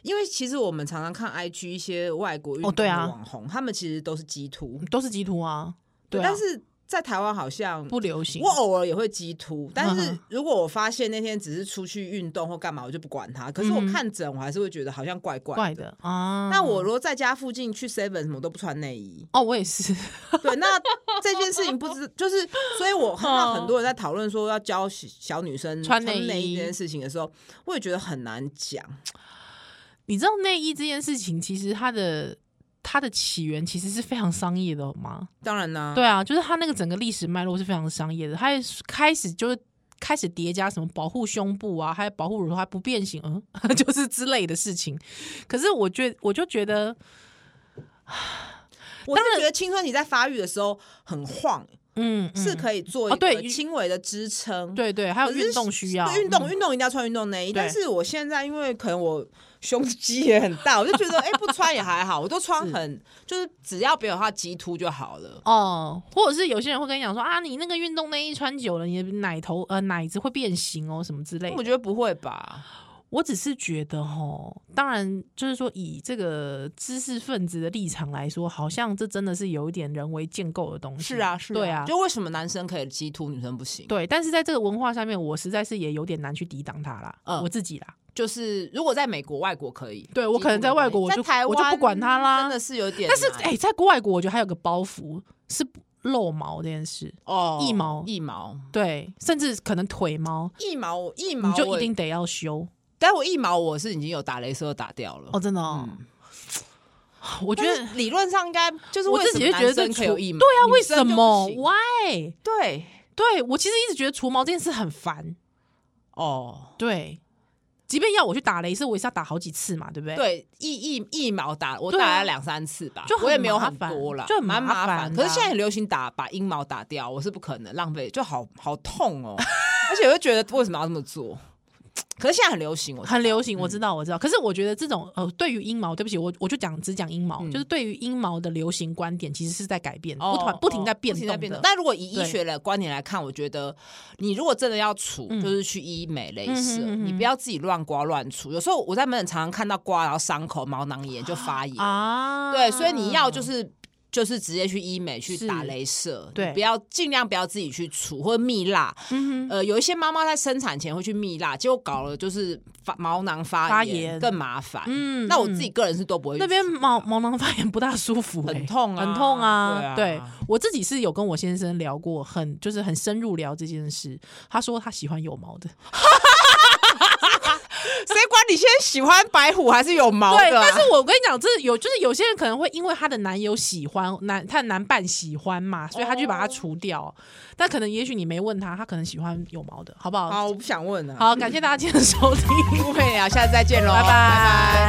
[SPEAKER 2] 因为其实我们常常看 IG 一些外国运
[SPEAKER 1] 哦
[SPEAKER 2] 动
[SPEAKER 1] 对
[SPEAKER 2] 的
[SPEAKER 1] 啊
[SPEAKER 2] 网红，他们其实都是鸡突，
[SPEAKER 1] 都是鸡突啊，对啊，
[SPEAKER 2] 但是在台湾好像
[SPEAKER 1] 不流行。
[SPEAKER 2] 嗯我偶尔也会鸡突，但
[SPEAKER 1] 嗯
[SPEAKER 2] 是
[SPEAKER 1] 哼
[SPEAKER 2] 如果我发现那天只是出去运动或干嘛，我就不管它。可是我
[SPEAKER 1] 嗯哼
[SPEAKER 2] 看诊，我还是会觉得好像怪怪
[SPEAKER 1] 怪。的啊，
[SPEAKER 2] 那我如果在家附近去 Seven 什么都不穿内衣，
[SPEAKER 1] 哦，我也是，
[SPEAKER 2] 对，那这件事情不知就是，所以我看到很多人在讨论说要教小小女生
[SPEAKER 1] 嗯穿内
[SPEAKER 2] 内
[SPEAKER 1] 衣
[SPEAKER 2] 衣这件事情的时候，我也觉得很难讲。
[SPEAKER 1] 你知道内衣这件事情，其实它的它的起源其实是非常商业的吗？
[SPEAKER 2] 当然呢、
[SPEAKER 1] 对啊，就是它那个整个历史脉络是非常商业的，它也是开始就是。开始叠加什么保护胸部啊，还有保护乳头还不变形，嗯， 就是之类的事情。可是我觉我就觉得，
[SPEAKER 2] 我是觉得青春期在发育的时候很晃，
[SPEAKER 1] 嗯，
[SPEAKER 2] 是
[SPEAKER 1] 嗯
[SPEAKER 2] 可以做
[SPEAKER 1] 哦
[SPEAKER 2] 一个
[SPEAKER 1] 对
[SPEAKER 2] 轻微的支撑。
[SPEAKER 1] 对对，还有
[SPEAKER 2] 嗯可是
[SPEAKER 1] 运动需要
[SPEAKER 2] 对运动
[SPEAKER 1] 嗯
[SPEAKER 2] 运动一定要穿运动内衣，
[SPEAKER 1] 对
[SPEAKER 2] 但是我现在因为可能我胸肌也很大，我就觉得哎、不穿也还好，我都穿很就是只要不要它极突就好了。
[SPEAKER 1] 哦，或者是有些人会跟你讲说啊，你那个运动内衣穿久了，你的奶头呃奶子会变形哦，什么之类的
[SPEAKER 2] 我觉得不会吧？
[SPEAKER 1] 我只是觉得吼，当然就是说，以这个知识分子的立场来说，好像这真的是有一点人为建构的东西。对啊，
[SPEAKER 2] 就为什么男生可以极突，女生不行？
[SPEAKER 1] 对。但是在这个文化上面，我实在是也有点难去抵挡它啦，
[SPEAKER 2] 嗯
[SPEAKER 1] 我自己啦。
[SPEAKER 2] 就是如果在美国、外国可以，
[SPEAKER 1] 对我可能在外国我就
[SPEAKER 2] 在台湾
[SPEAKER 1] 我就不管它啦
[SPEAKER 2] 真的是有点
[SPEAKER 1] 但
[SPEAKER 2] 难，
[SPEAKER 1] 是哎、在国外国，我觉得还有个包袱是露毛这件事，
[SPEAKER 2] 哦
[SPEAKER 1] 一毛
[SPEAKER 2] 一毛
[SPEAKER 1] 对，甚至可能腿毛，
[SPEAKER 2] 一毛一毛
[SPEAKER 1] 你
[SPEAKER 2] 我，
[SPEAKER 1] 就一定得要修
[SPEAKER 2] 但我一毛我是已经有打镭射打掉了。
[SPEAKER 1] 哦，真的哦。我觉
[SPEAKER 2] 但是
[SPEAKER 1] 得
[SPEAKER 2] 理论上应该就是
[SPEAKER 1] 我
[SPEAKER 2] 为
[SPEAKER 1] 自
[SPEAKER 2] 什
[SPEAKER 1] 己
[SPEAKER 2] 么
[SPEAKER 1] 就觉得
[SPEAKER 2] 男
[SPEAKER 1] 这
[SPEAKER 2] 生可以有
[SPEAKER 1] 除
[SPEAKER 2] 一毛，
[SPEAKER 1] 对啊，
[SPEAKER 2] 女
[SPEAKER 1] 为
[SPEAKER 2] 生
[SPEAKER 1] 什
[SPEAKER 2] 就不
[SPEAKER 1] 么
[SPEAKER 2] 行
[SPEAKER 1] ？Why？
[SPEAKER 2] 对
[SPEAKER 1] 对我其实一直觉得除毛这件事很烦。
[SPEAKER 2] 哦，
[SPEAKER 1] 对，即便要我去打雷射，我也是要打好几次嘛，对不对？，
[SPEAKER 2] 对一一一毛打我
[SPEAKER 1] 对啊
[SPEAKER 2] 打了两三次吧，
[SPEAKER 1] 就很
[SPEAKER 2] 我也没有
[SPEAKER 1] 麻
[SPEAKER 2] 很
[SPEAKER 1] 烦
[SPEAKER 2] 多啦，
[SPEAKER 1] 就很
[SPEAKER 2] 蛮
[SPEAKER 1] 麻
[SPEAKER 2] 麻
[SPEAKER 1] 烦的
[SPEAKER 2] 可
[SPEAKER 1] 啊
[SPEAKER 2] 是现在很流行打把阴毛打掉，我是不可能浪费，就好好痛 哦，而且我就觉得为什么要这么做？可是现在很流行，我知道
[SPEAKER 1] 很流行，我知道，我知道。可是我觉得这种呃，对于阴毛，对不起，我我就讲只讲阴毛，就是对于阴毛的流行观点，其实是在改变，
[SPEAKER 2] 嗯哦
[SPEAKER 1] 不断不停在变
[SPEAKER 2] 不
[SPEAKER 1] 动
[SPEAKER 2] 停在变
[SPEAKER 1] 的。
[SPEAKER 2] 动。但如果以医
[SPEAKER 1] 对
[SPEAKER 2] 学的观点来看，我觉得你如果真的要除，
[SPEAKER 1] 嗯
[SPEAKER 2] 就是去医美镭射，
[SPEAKER 1] 嗯哼嗯哼
[SPEAKER 2] 你不要自己乱刮乱除。有时候我在门诊常常看到刮，然后伤口毛囊炎就发炎，
[SPEAKER 1] 啊，
[SPEAKER 2] 对，所以你要就是。嗯就是直接去医美去
[SPEAKER 1] 是
[SPEAKER 2] 打镭射，
[SPEAKER 1] 对
[SPEAKER 2] 你不要尽量不要自己去除或者蜜蜡。
[SPEAKER 1] 嗯哼
[SPEAKER 2] 呃，有一些妈妈在生产前会去蜜蜡，结果搞了就是发毛囊发
[SPEAKER 1] 发炎
[SPEAKER 2] 更麻烦。
[SPEAKER 1] 嗯
[SPEAKER 2] 那我自
[SPEAKER 1] 嗯
[SPEAKER 2] 己个人是都不会去
[SPEAKER 1] 那边毛毛囊发炎不大舒服、欸
[SPEAKER 2] 很痛啊
[SPEAKER 1] 很痛啊。
[SPEAKER 2] 对啊
[SPEAKER 1] 我自己是有跟我先生聊过，很就是很深入聊这件事。他说他喜欢有毛的，
[SPEAKER 2] 谁管你先喜欢白虎还是有毛
[SPEAKER 1] 对，
[SPEAKER 2] 的啊、
[SPEAKER 1] 但是我跟你讲，这有就是有些人可能会因为她的男友喜欢男，她的男伴喜欢嘛，所以他就把它除掉。
[SPEAKER 2] 哦
[SPEAKER 1] 但可能也许你没问他，他可能喜欢有毛的，好不好？
[SPEAKER 2] 好，我不想问了。啊
[SPEAKER 1] 好，感谢大家今天的收听，
[SPEAKER 2] 不配聊，下次再见喽，
[SPEAKER 1] 拜拜
[SPEAKER 2] 拜拜